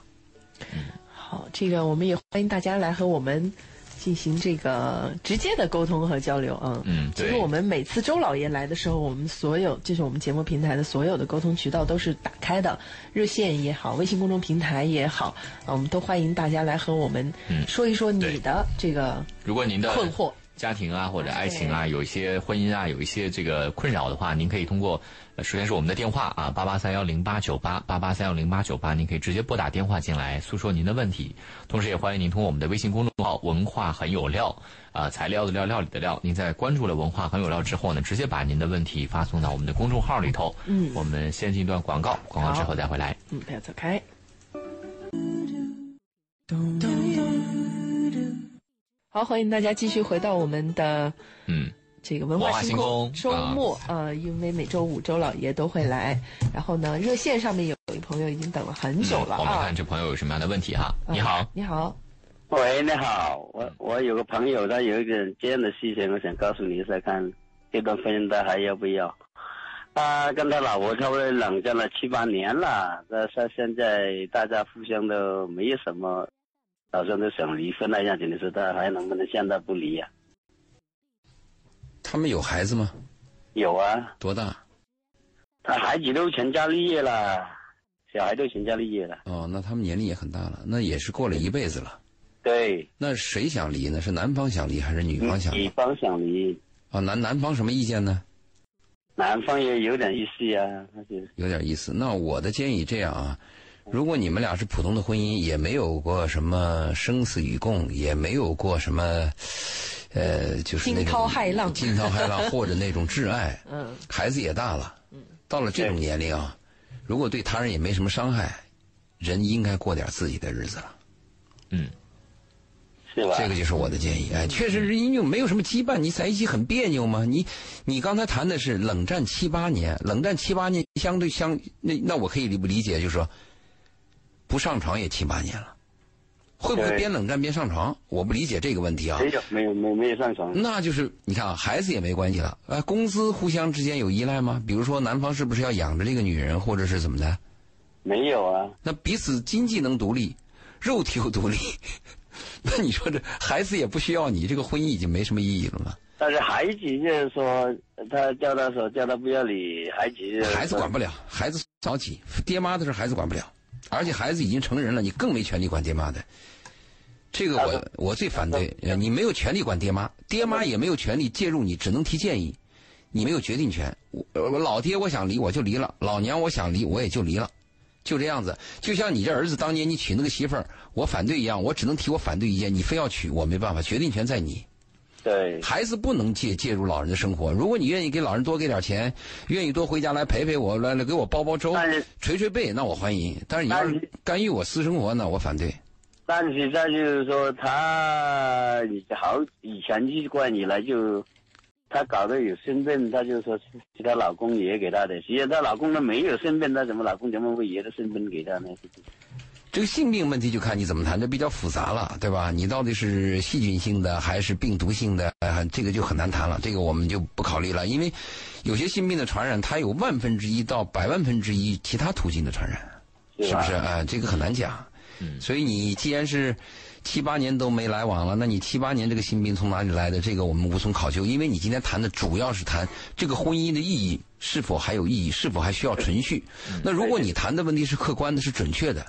Speaker 1: 好，这个我们也欢迎大家来和我们进行这个直接的沟通和交流啊。
Speaker 3: 嗯
Speaker 1: 其
Speaker 3: 对
Speaker 1: 实我们每次周老爷来的时候，我们所有就是我们节目平台的所有的沟通渠道都是打开的，热线也好，微信公众平台也好，嗯
Speaker 3: 嗯
Speaker 1: 啊，我们都欢迎大家来和我们说一说你的这个
Speaker 3: 如果您的
Speaker 1: 困惑。
Speaker 3: 家庭啊或者爱情啊，有一些婚姻啊，有一些这个困扰的话，您可以通过，呃首先是我们的电话啊，八八三幺零八九八八八三幺零八九八，您可以直接拨打电话进来诉说您的问题，同时也欢迎您通过我们的微信公众号“文化很有料”啊、材料的料，料理的料，您在关注了“文化很有料”之后呢，直接把您的问题发送到我们的公众号里头。嗯，我们先进一段广告，广告之后再回来。
Speaker 1: 嗯，不要走开。好，欢迎大家继续回到我们的
Speaker 3: 嗯，
Speaker 1: 这个文
Speaker 3: 文
Speaker 1: 化
Speaker 3: 化
Speaker 1: 星
Speaker 3: 星
Speaker 1: 空
Speaker 3: 空
Speaker 1: 周末，
Speaker 2: 啊
Speaker 1: 呃，因为每周五周老爷都会来，然后呢，热线上面有一朋友已经等了很久了
Speaker 3: 嗯我们
Speaker 1: 啊
Speaker 3: 看。这朋友有什么样的问题哈？
Speaker 1: 嗯
Speaker 3: 你好，
Speaker 1: 你好，
Speaker 4: 喂，你好，
Speaker 2: 嗯
Speaker 4: 我我有个朋友，他有一个这样的事情，我想告诉你一下，看这段婚姻他还要不要？他跟他老婆差不多冷战了七八年了，那他现在大家互相都没有什么，好像都想离婚那样子，你说他还能不能现在不离啊呀、
Speaker 2: 他们有孩子吗？
Speaker 4: 有啊，
Speaker 2: 多大？
Speaker 4: 他孩子都成家立业了，小孩都成家立业了，
Speaker 2: 哦，那他们年龄也很大了，那也是过了一辈子了。
Speaker 4: 对，
Speaker 2: 那谁想离呢？是男方想离还是女方想离？
Speaker 4: 女方想离，
Speaker 2: 啊，男男方什么意见呢？
Speaker 4: 男方也有点意思呀、他就
Speaker 2: 有点意思。那我的建议这样啊，如果你们俩是普通的婚姻，也没有过什么生死与共，也没有过什么，呃，就是那种
Speaker 1: 惊涛骇浪
Speaker 2: 惊涛骇
Speaker 1: (laughs)
Speaker 2: 浪或者那种挚爱，
Speaker 1: 嗯，
Speaker 2: 孩子也大了，到了这种年龄啊，如果对他人也没什么伤害，人应该过点自己的日子了。
Speaker 3: 嗯，
Speaker 4: 是吧？
Speaker 2: 这个就是我的建议。哎，确实，因为没有什么羁绊，你在一起很别扭嘛。你，你刚才谈的是冷战七八年，冷战七八年相对相那那我可以理不理解，就是说，不上床也七八年了，会不会
Speaker 4: 对
Speaker 2: 边冷战边上床？我不理解这个问题啊。
Speaker 4: 没有没有没有没有上床。
Speaker 2: 那就是你看啊，孩子也没关系了，呃，工资互相之间有依赖吗？比如说男方是不是要养着这个女人，或者是怎么的？
Speaker 4: 没有啊，
Speaker 2: 那彼此经济能独立，肉体又独立， (laughs) 那你说这孩子也不需要你，这个婚姻已经没什么意义了嘛？
Speaker 4: 但是孩子就是说，他叫他说叫他不要理孩子就是说，
Speaker 2: 孩子管不了，孩子着急，爹妈的事孩子管不了，而且孩子已经成人了，你更没权利管爹妈的。这个
Speaker 4: 他
Speaker 2: 我我最反对，呃你没有权利管爹妈，爹妈也没有权利介入你，只能提建议，你没有决定权。我我老爹我想离我就离了，老娘我想离我也就离了，就这样子。就像你这儿子当年你娶那个媳妇儿，我反对一样，我只能提我反对意见，你非要娶我没办法，决定权在你。
Speaker 4: 对
Speaker 2: 孩子不能介介入老人的生活。如果你愿意给老人多给点钱，愿意多回家来陪陪我，来来给我煲煲粥
Speaker 4: 但是、
Speaker 2: 捶捶背，那我欢迎。但是你要
Speaker 4: 但
Speaker 2: 是
Speaker 4: 是
Speaker 2: 干预我私生活呢，我反对。
Speaker 4: 但是他就是说他以好以前一贯以来就，他搞得有生病，他就说是她老公爷给她的，其实她老公都没有生病，她怎么老公怎么会爷的生病给她呢？
Speaker 2: 这个性病问题就看你怎么谈，这比较复杂了，对吧？你到底是细菌性的还是病毒性的，呃这个就很难谈了。这个我们就不考虑了，因为有些性病的传染，它有万分之一到百万分之一其他途径的传染。是
Speaker 4: 吧？
Speaker 2: 不是？啊、这个很难讲。所以你既然是七八年都没来往了，那你七八年这个性病从哪里来的？这个我们无从考究，因为你今天谈的主要是谈这个婚姻的意义是否还有意义，是否还需要存续。那如果你谈的问题是客观的、是准确的，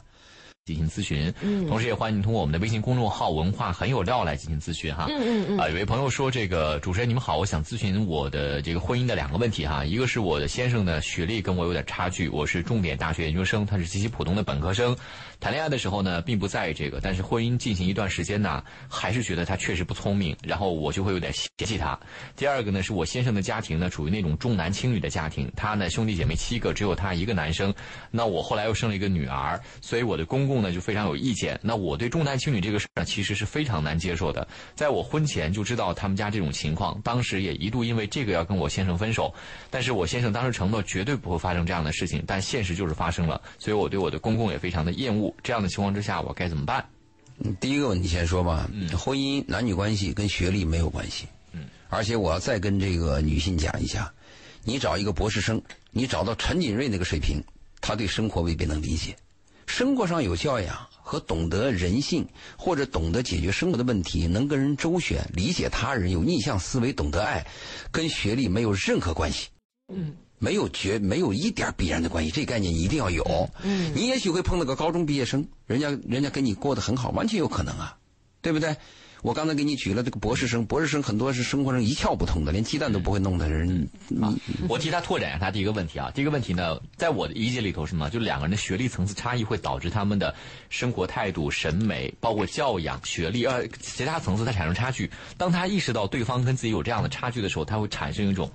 Speaker 3: 进行咨询，
Speaker 1: 嗯
Speaker 3: 同时也欢迎您通过我们的微信公众号“文化很有料”来进行咨询哈。嗯嗯嗯。啊，有位朋友说，这个主持人你们好，我想咨询我的这个婚姻的两个问题哈，一个是我的先生呢学历跟我有点差距，我是重点大学研究生，他是极其普通的本科生，谈恋爱的时候呢并不在意这个，但是婚姻进行一段时间呢，还是觉得他确实不聪明，然后我就会有点嫌弃他。第二个呢是我先生的家庭呢处于那种重男轻女的家庭，他呢兄弟姐妹七个，只有他一个男生，那我后来又生了一个女儿，所以我的公公呢就非常有意见。那我对重男轻女这个事儿呢其实是非常难接受的，在我婚前就知道他们家这种情况，当时也一度因为这个要跟我先生分手，但是我先生当时承诺绝对不会发生这样的事情，但现实就是发生了，所以我对我的公公也非常的厌恶。这样的情况之下，我该怎么办？
Speaker 2: 嗯第一个问题先说吧，婚姻男女关系跟学历没有关系。嗯，而且我要再跟这个女性讲一下，你找一个博士生，你找到陈锦瑞那个水平，他对生活未必能理解。生活上有教养和懂得人性，或者懂得解决生活的问题，能跟人周旋，理解他人，有逆向思维，懂得爱，跟学历没有任何关系。没有绝没有一点必然的关系，这概念你一定要有。嗯，你也许会碰到个高中毕业生，人家人家跟你过得很好，完全有可能啊，对不对？我刚才给你举了这个博士生，博士生很多是生活上一窍不通的，连鸡蛋都不会弄的人，
Speaker 3: 啊，我替他拓展一下他第一个问题啊。第一个问题呢，在我的理解里头是什么？就两个人的学历层次差异会导致他们的生活态度、审美，包括教养、学历呃其他层次它产生差距。当他意识到对方跟自己有这样的差距的时候，他会产生一种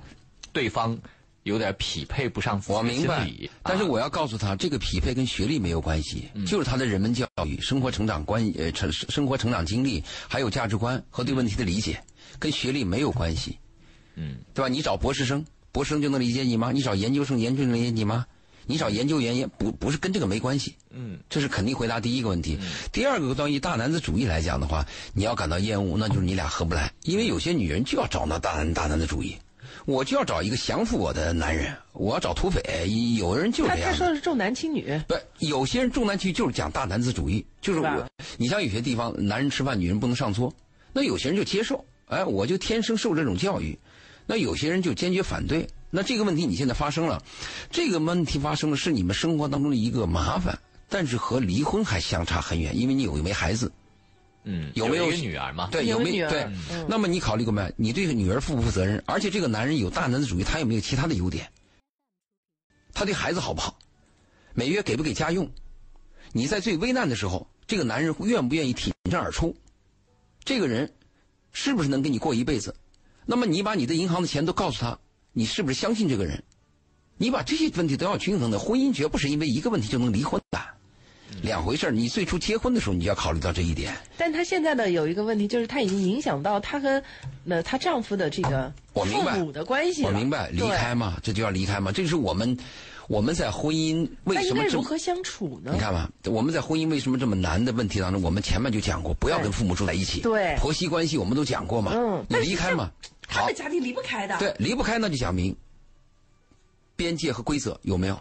Speaker 3: 对方有点匹配不上自己
Speaker 2: 我
Speaker 3: 的
Speaker 2: 明
Speaker 3: 心
Speaker 2: 白
Speaker 3: 理。。
Speaker 2: 但是
Speaker 3: 啊嗯
Speaker 2: 我要告诉他，这个匹配跟学历没有关系，就是他的人文教育、生活成长观、呃，成生活成长经历，还有价值观和对问题的理解，跟学历没有关系。
Speaker 3: 嗯，
Speaker 2: 对吧？你找博士生，博士生就能理解你吗？你找研究生，研究生能理解你吗？你找研究员也不不是跟这个没关系。
Speaker 3: 嗯，
Speaker 2: 这是肯定回答第一个问题。第二个，关于大男子主义来讲的话，你要感到厌恶，那就是你俩合不来，因为有些女人就要找那大男大男子主义。我就要找一个降服我的男人，我要找土匪。有的人就是
Speaker 1: 他
Speaker 2: 这
Speaker 1: 他
Speaker 2: 样的。
Speaker 1: 说的是重男轻女，
Speaker 2: 不，有些人重男轻女就是讲大男子主义，就是
Speaker 1: 是
Speaker 2: 我
Speaker 1: 吧，
Speaker 2: 你像有些地方男人吃饭女人不能上桌，那有些人就接受，哎，我就天生受这种教育，那有些人就坚决反对。那这个问题你现在发生了，这个问题发生了是你们生活当中的一个麻烦，但是和离婚还相差很远，因为你有一枚孩子，
Speaker 3: 嗯，
Speaker 2: 有没有
Speaker 3: 一个女儿嘛？
Speaker 2: 对，
Speaker 1: 有
Speaker 2: 有
Speaker 1: 个
Speaker 2: 没
Speaker 1: 女
Speaker 2: 有
Speaker 1: 儿
Speaker 2: 对？
Speaker 1: 嗯
Speaker 2: 那么你考虑过没？你对女儿负不负责任？而且这个男人有大男子主义，他有没有其他的优点？他对孩子好不好？每月给不给家用？你在最危难的时候，这个男人愿不愿意挺身而出？这个人是不是能跟你过一辈子？那么你把你的银行的钱都告诉他，你是不是相信这个人？你把这些问题都要均衡的，婚姻绝不是因为一个问题就能离婚的，两回事儿你最初结婚的时候，你就要考虑到这一点。
Speaker 1: 但她现在呢有一个问题，就是她已经影响到她和呃她丈夫的这个
Speaker 2: 我明
Speaker 1: 父
Speaker 2: 白
Speaker 1: 母的关系了。
Speaker 2: 我明白，离
Speaker 1: 对
Speaker 2: 开嘛，这就要离开嘛，这是我们我们在婚姻为
Speaker 1: 那
Speaker 2: 什
Speaker 1: 应
Speaker 2: 么
Speaker 1: 该
Speaker 2: 这
Speaker 1: 如
Speaker 2: 么
Speaker 1: 何相处呢
Speaker 2: 你？看吧，我们在婚姻为什么这么难的问题当中，我们前面就讲过，不要跟父母住在一起，
Speaker 1: 对
Speaker 2: 婆媳关系我们都讲过嘛，
Speaker 1: 嗯
Speaker 2: 你离开嘛，
Speaker 1: 他
Speaker 2: 好
Speaker 1: 们，家庭离不开的。
Speaker 2: 对，离不开那就讲明边界和规则有没有？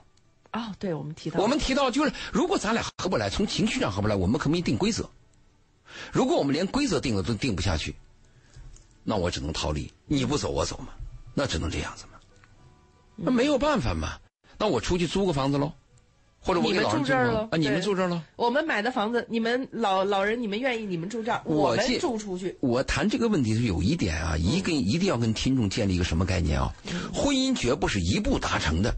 Speaker 1: 哦，对，我们提到
Speaker 2: 我们提到就是，如果咱俩合不来，从情绪上合不来，我们可不可以定规则？如果我们连规则定了都定不下去，那我只能逃离，你不走我走嘛，那只能这样子嘛，
Speaker 1: 嗯
Speaker 2: 那没有办法嘛，那我出去租个房子喽，或者我
Speaker 1: 你
Speaker 2: 给
Speaker 1: 们
Speaker 2: 老人
Speaker 1: 住这儿
Speaker 2: 租个
Speaker 1: 喽
Speaker 2: 房啊，你们
Speaker 1: 对
Speaker 2: 住这儿喽。
Speaker 1: 我们买的房子，你们老老人你们愿意，你们住这儿，
Speaker 2: 我
Speaker 1: 我
Speaker 2: 记
Speaker 1: 们住出去。
Speaker 2: 我谈这个问题是有一点
Speaker 1: 嗯
Speaker 2: 啊，一跟一定要跟听众建立一个什么概念啊？婚姻绝不是一步达成的，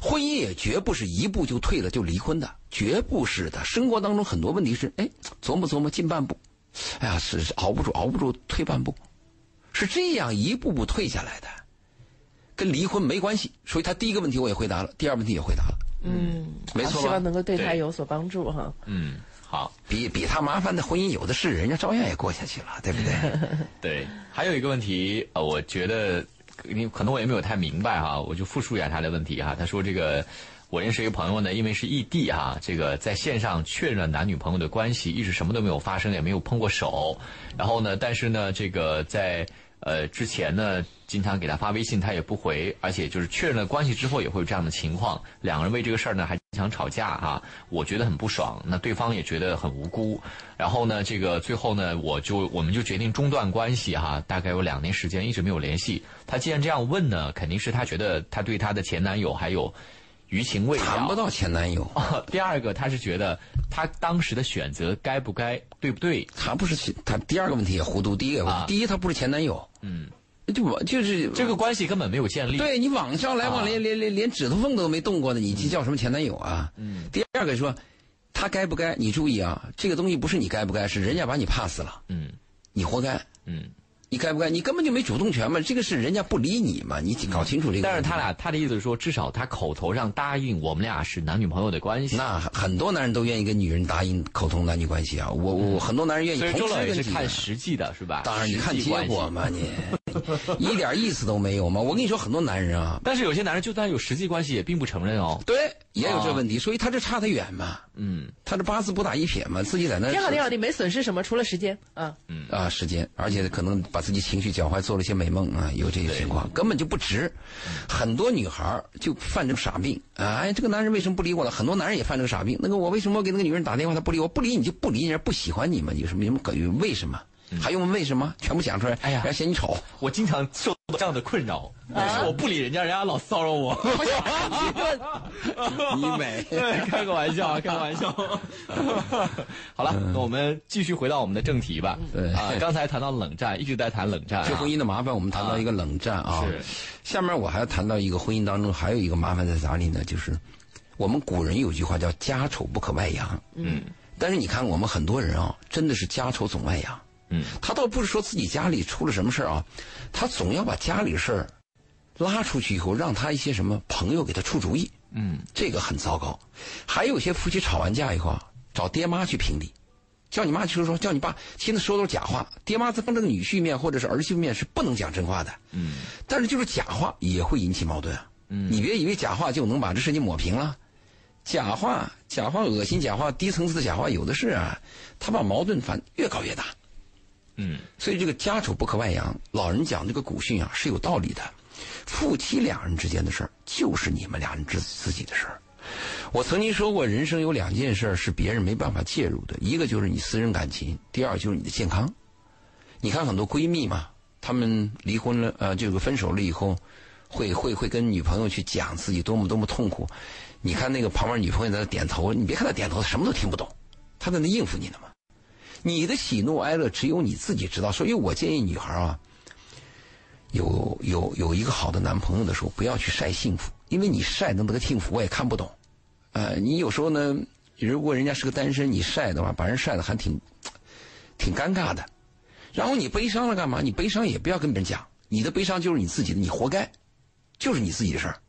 Speaker 2: 婚姻也绝不是一步就退了就离婚的，绝不是的。生活当中很多问题是，哎，琢磨琢磨进半步，哎呀，是是熬不住，熬不住退半步，是这样一步步退下来的，跟离婚没关系。所以他第一个问题我也回答了，第二问题也回答了，
Speaker 1: 嗯，
Speaker 2: 没
Speaker 1: 好
Speaker 2: 错
Speaker 1: 希望
Speaker 2: 吧？
Speaker 1: 能够对他
Speaker 3: 对
Speaker 1: 有所帮助哈。
Speaker 3: 嗯，好。
Speaker 2: 比比他麻烦的婚姻有的是，人家照样也过下去了，对不对？
Speaker 1: (laughs)
Speaker 3: 对，还有一个问题，呃，我觉得你可能我也没有太明白哈，我就复述一下他的问题哈。他说这个，我认识一个朋友呢，因为是异地哈，这个在线上确认了男女朋友的关系，一直什么都没有发生，也没有碰过手。然后呢，但是呢，这个在呃之前呢，经常给他发微信，他也不回，而且就是确认了关系之后也会有这样的情况，两个人为这个事儿呢还经常吵架啊，我觉得很不爽，那对方也觉得很无辜，然后呢，这个最后呢，我就我们就决定中断关系哈、大概有两年时间一直没有联系。他既然这样问呢，肯定是他觉得他对他的前男友还有余情未了，
Speaker 2: 谈不到前男友。
Speaker 3: (laughs) 第二个，他是觉得他当时的选择该不该，对不对？
Speaker 2: 他不是前他第二个问题也糊涂，第一个、
Speaker 3: 啊
Speaker 2: 第一他不是前男友，
Speaker 3: 嗯，
Speaker 2: 就我就是
Speaker 3: 这个关系根本没有建立。，
Speaker 2: 对你网上来往
Speaker 3: 啊
Speaker 2: 连、连连连指头缝都没动过的，你这叫什么前男友啊？
Speaker 3: 嗯，
Speaker 2: 第二个说他该不该，你注意啊，这个东西不是你该不该，是人家把你 pass 了，
Speaker 3: 嗯
Speaker 2: 你活该，
Speaker 3: 嗯。
Speaker 2: 你该不该，你根本就没主动权嘛，这个是人家不理你嘛，你搞清楚这个问题。
Speaker 3: 嗯但是他俩他的意思是说，至少他口头上答应我们俩是男女朋友的关系。
Speaker 2: 那很多男人都愿意跟女人答应口头男女关系啊，我我很多男人愿意
Speaker 3: 嗯所以周
Speaker 2: 同时
Speaker 3: 老
Speaker 2: 跟
Speaker 3: 也是
Speaker 2: 几个啊
Speaker 3: 看
Speaker 2: 人
Speaker 3: 实际的，是吧？
Speaker 2: 当然你看
Speaker 3: 实际
Speaker 2: 结
Speaker 3: 关系
Speaker 2: 果嘛，你一点意思都没有嘛。我跟你说，很多男人啊，
Speaker 3: 但是有些男人就算有实际关系，也并不承认哦。
Speaker 2: 对，也有这问题，所以他这差得远嘛，
Speaker 3: 嗯，
Speaker 2: 他这八字不打一撇嘛，自己在那
Speaker 1: 挺好，挺好，你没损失什么，除了时间啊。
Speaker 2: 啊时间，而且可能把自己情绪搅坏，做了一些美梦啊，有这些情况，根本就不值。很多女孩儿就犯这个傻病，哎，这个男人为什么不理我了？很多男人也犯这个傻病，那个我为什么给那个女人打电话，她不理我？不理你就不理人家，不喜欢你嘛，有什么有什么可为什么？还用问为什么？全部讲出来，
Speaker 3: 嗯哎呀
Speaker 2: 然后嫌你
Speaker 3: (laughs)
Speaker 2: 丑。
Speaker 3: 我经常受到这样的困扰，
Speaker 2: 啊
Speaker 3: 但是我不理人家，人家老骚扰我。
Speaker 2: (laughs) 你美
Speaker 3: 对， (laughs) 开个玩笑
Speaker 2: (laughs)
Speaker 3: 啊，开个玩笑。 (laughs) 好了，那我们继续回到我们的正题吧。
Speaker 2: 嗯对
Speaker 3: 啊，刚才谈到冷战，一直在谈冷战、
Speaker 2: 这
Speaker 3: 啊
Speaker 2: 婚。姻的麻烦，我们谈到一个冷战啊。
Speaker 3: 是
Speaker 2: 下面我还要谈到一个婚姻当中还有一个麻烦在哪里呢？就是我们古人有句话叫“家丑不可外扬”。
Speaker 3: 嗯。
Speaker 2: 但是你看，我们很多人啊，真的是家丑总外扬。
Speaker 3: 嗯。
Speaker 2: 他倒不是说自己家里出了什么事儿啊，他总要把家里事儿拉出去以后，让他一些什么朋友给他出主意。
Speaker 3: 嗯，
Speaker 2: 这个很糟糕。还有些夫妻吵完架以后啊，找爹妈去评理，叫你妈去说说，叫你爸，现在说都是假话。爹妈在当这个女婿面或者是儿媳妇面是不能讲真话的。
Speaker 3: 嗯，
Speaker 2: 但是就是假话也会引起矛盾啊。
Speaker 3: 嗯
Speaker 2: 你别以为假话就能把这事情抹平了。假话，假话，恶心假话，低层次的假话有的是啊，他把矛盾反越搞越大。
Speaker 3: 嗯
Speaker 2: 所以这个家丑不可外扬，老人讲这个古训啊是有道理的。夫妻两人之间的事儿，就是你们俩人之自己的事儿。我曾经说过，人生有两件事儿是别人没办法介入的，一个就是你私人感情，第二就是你的健康。你看很多闺蜜嘛，她们离婚了，呃，这个分手了以后，会会会跟女朋友去讲自己多么多么痛苦。你看那个旁边女朋友在那点头，你别看她点头，她什么都听不懂，她在那应付你呢嘛。你的喜怒哀乐只有你自己知道。所以我建议女孩啊，有有有一个好的男朋友的时候，不要去晒幸福，因为你晒的那个幸福我也看不懂。呃，你有时候呢，如果人家是个单身，你晒的话，把人晒的还挺挺尴尬的。然后你悲伤了干嘛？你悲伤也不要跟别人讲，你的悲伤就是你自己的，你活该，就是你自己的事儿，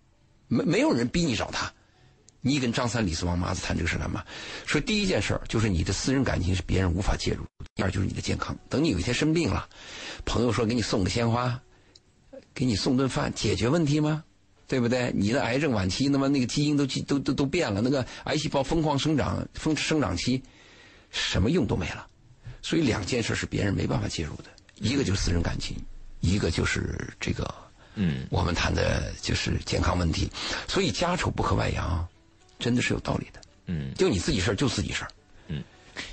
Speaker 2: 没没有人逼你找他。你跟张三李四王麻子谈这个事干嘛？说第一件事儿就是你的私人感情是别人无法介入，第二就是你的健康。等你有一天生病了，朋友说给你送个鲜花，给你送顿饭，解决问题吗？对不对？你的癌症晚期，那么那个基因都都都都变了，那个癌细胞疯狂生长、疯生长期，什么用都没了。所以两件事是别人没办法介入的，一个就是私人感情，一个就是这个
Speaker 3: 嗯，
Speaker 2: 我们谈的就是健康问题，所以家丑不可外扬，真的是有道理的。
Speaker 3: 嗯，
Speaker 2: 就你自己事儿就自己事儿，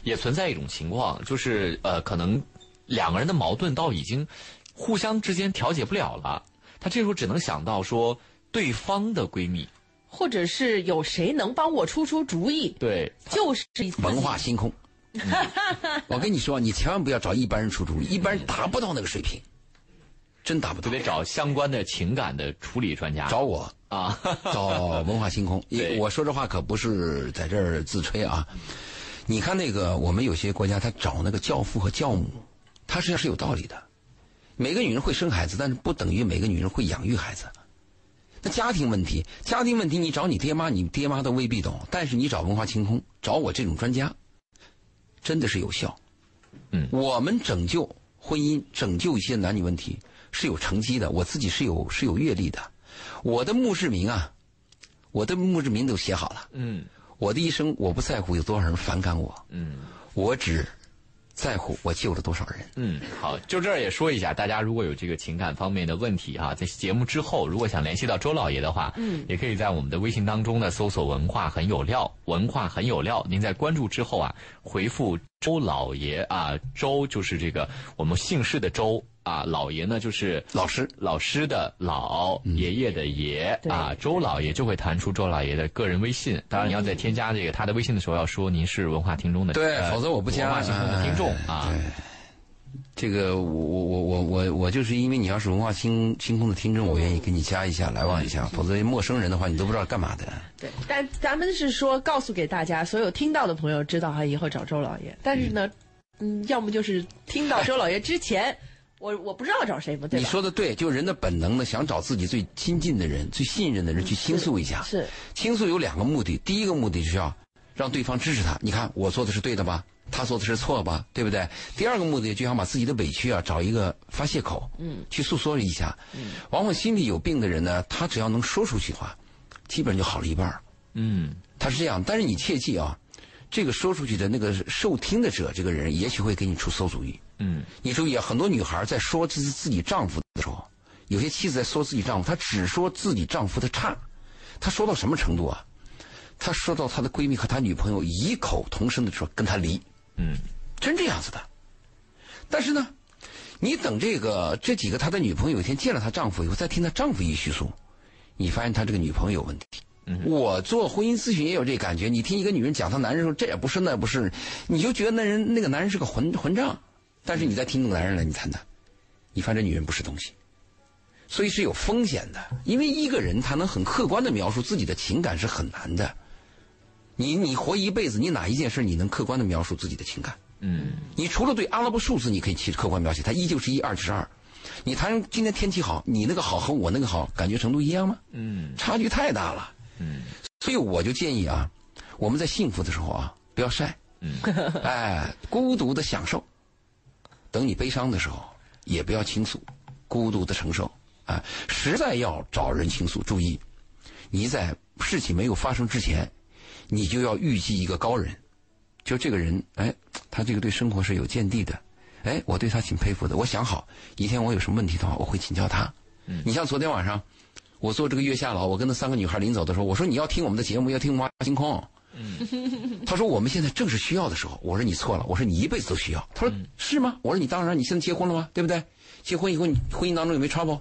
Speaker 3: 也存在一种情况，就是呃，可能两个人的矛盾到已经互相之间调解不了了，她这时候只能想到说对方的闺蜜，
Speaker 1: 或者是有谁能帮我出出主意？
Speaker 3: 对，
Speaker 1: 就是一次
Speaker 2: 文化星空。嗯我跟你说，你千万不要找一般人出主意，一般人达不到那个水平，真达不
Speaker 3: 就
Speaker 2: 到
Speaker 3: 得。找相关的情感的处理专家
Speaker 2: 找我，
Speaker 3: 啊， (laughs)
Speaker 2: 找哦文化星空。因我说这话可不是在这儿自吹啊。你看那个，我们有些国家他找那个教父和教母，他实际上是有道理的。每个女人会生孩子，但是不等于每个女人会养育孩子。那家庭问题，家庭问题你找你爹妈，你爹妈都未必懂，但是你找文化清空，找我这种专家，真的是有效。
Speaker 3: 嗯
Speaker 2: 我们拯救婚姻，拯救一些男女问题是有成绩的，我自己是有是有阅历的。我的墓志铭啊，我的墓志铭都写好了。
Speaker 3: 嗯
Speaker 2: 我的一生，我不在乎有多少人反感我，
Speaker 3: 嗯。
Speaker 2: 我只在乎我救了多少人。
Speaker 3: 嗯，好，就这儿也说一下，大家如果有这个情感方面的问题啊，在节目之后，如果想联系到周老爷的话，嗯，也可以在我们的微信当中呢搜索“文化很有料”，文化很有料。您在关注之后啊，回复“周老爷”啊，周就是这个我们姓氏的周啊，老爷呢就是
Speaker 2: 老师，
Speaker 3: 老师的老，爷爷的爷、
Speaker 1: 对
Speaker 3: 啊，周老爷就会弹出周老爷的个人微信。当然，你要在添加这个他的微信的时候，要说您是文化听众的，
Speaker 2: 对
Speaker 3: 呃
Speaker 2: 否则我不加哎
Speaker 3: 文化听众的听众啊。
Speaker 2: 这个我我我我我我就是因为你要是文化星星空的听众，我愿意给你加一下来往一下，
Speaker 1: 嗯
Speaker 2: 否则陌生人的话你都不知道干嘛的。
Speaker 1: 对，但咱们是说告诉给大家，所有听到的朋友知道哈，以后找周老爷。但是呢，嗯，要么就是听到周老爷之前，我我不知道找谁嘛，对吧？
Speaker 2: 你说的对，就人的本能呢，想找自己最亲近的人、最信任的人去倾诉一下。
Speaker 1: 是
Speaker 2: 倾诉有两个目的，第一个目的就是要让对方支持他，你看我做的是对的吧，他做的是错吧，对不对？第二个目的就想把自己的委屈啊找一个发泄口，嗯，去诉说一下。嗯，往往心里有病的人呢，他只要能说出去的话，基本就好了一半儿
Speaker 3: 嗯
Speaker 2: 他是这样，但是你切记啊，这个说出去的那个受听的者，这个人也许会给你出馊主意。
Speaker 3: 嗯
Speaker 2: 你注意啊，很多女孩在说自自己丈夫的时候，有些妻子在说自己丈夫，她只说自己丈夫的差，她说到什么程度啊？她说到她的闺蜜和她女朋友异口同声的说跟她离，
Speaker 3: 嗯
Speaker 2: 真这样子的。但是呢，你等这个这几个他的女朋友有一天见了她丈夫以后，再听她丈夫一叙述，你发现他这个女朋友有问题。我做婚姻咨询也有这感觉，你听一个女人讲她男人说这也不是那也不是，你就觉得那人那个男人是个混混账，但是你再听那个男人来你谈谈，你发现这女人不是东西，所以是有风险的，因为一个人他能很客观的描述自己的情感是很难的，你你活一辈子，你哪一件事你能客观的描述自己的情感？
Speaker 3: 嗯
Speaker 2: 你除了对阿拉伯数字，你可以去客观描写，它一就是一，二就是二。你谈今天天气好，你那个好和我那个好感觉程度一样吗？
Speaker 3: 嗯
Speaker 2: 差距太大了。
Speaker 3: 嗯
Speaker 2: 所以我就建议啊，我们在幸福的时候啊，不要晒，
Speaker 3: 嗯，
Speaker 2: (laughs)
Speaker 3: (laughs)
Speaker 2: 哎，孤独的享受。等你悲伤的时候，也不要倾诉，孤独的承受。啊，实在要找人倾诉，注意，你在事情没有发生之前，你就要预计一个高人，就这个人，哎，他这个对生活是有见地的，哎，我对他挺佩服的。我想好，一天我有什么问题的话，我会请教他。
Speaker 3: 嗯
Speaker 2: 你像昨天晚上，我做这个月下老，我跟那三个女孩临走的时候，我说你要听我们的节目，要听《挖星空》。他说我们现在正是需要的时候。我说你错了，我说你一辈子都需要。他说、是吗？我说你当然，你现在结婚了吗？对不对？结婚以后，你婚姻当中有没有 trouble？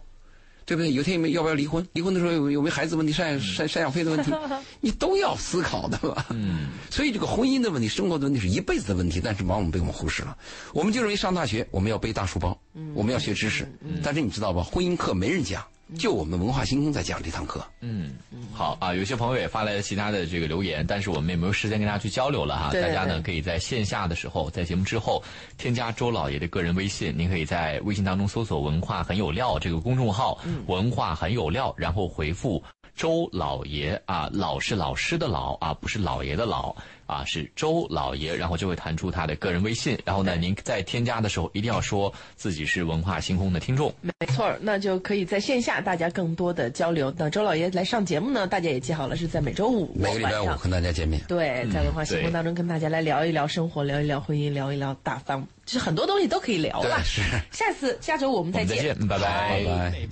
Speaker 2: 对不对？有一天有没有要不要离婚？离婚的时候有有没有孩子问题、
Speaker 1: 嗯
Speaker 2: 赡赡赡养费
Speaker 1: (laughs)
Speaker 2: 的问题，你都要思考的嘛。嗯， (laughs) 所以这个婚姻的问题、生活的问题是一辈子的问题，但是往往被我们忽视了。我们就认为上大学我们要背大书包，
Speaker 1: 嗯
Speaker 2: 我们要学知识，但是你知道吧？婚姻课没人讲，
Speaker 1: 嗯
Speaker 2: 就我们文化星空在讲这堂课。
Speaker 3: 嗯，好啊，有些朋友也发来了其他的这个留言，但是我们也没有时间跟大家去交流了哈。
Speaker 1: 对对
Speaker 3: 大家
Speaker 1: 对
Speaker 3: 呢可以在线下的时候，在节目之后添加周老爷的个人微信，您可以在微信当中搜索“文化很有料”这个公众号，
Speaker 1: 嗯
Speaker 3: 文化很有料，然后回复。周老爷啊，老是老师的老啊，不是老爷的老啊，是周老爷，然后就会弹出他的个人微信，然后呢，您在添加的时候一定要说自己是文化星空的听众。
Speaker 1: 没错儿，那就可以在线下大家更多的交流。等周老爷来上节目呢，大家也记好了，是在每周五
Speaker 2: 每个礼拜
Speaker 1: 晚
Speaker 2: 五
Speaker 1: 上。
Speaker 2: 跟大家见面。
Speaker 1: 对，在文化星空
Speaker 3: 对
Speaker 1: 当中跟大家来聊一聊生活，聊一聊婚姻，聊一聊大方，就是很多东西都可以聊
Speaker 2: 对
Speaker 1: 吧，。
Speaker 2: 是，
Speaker 1: 下次下周我们
Speaker 3: 我
Speaker 1: 再
Speaker 3: 们再
Speaker 1: 见
Speaker 3: 见，。拜
Speaker 2: 拜拜。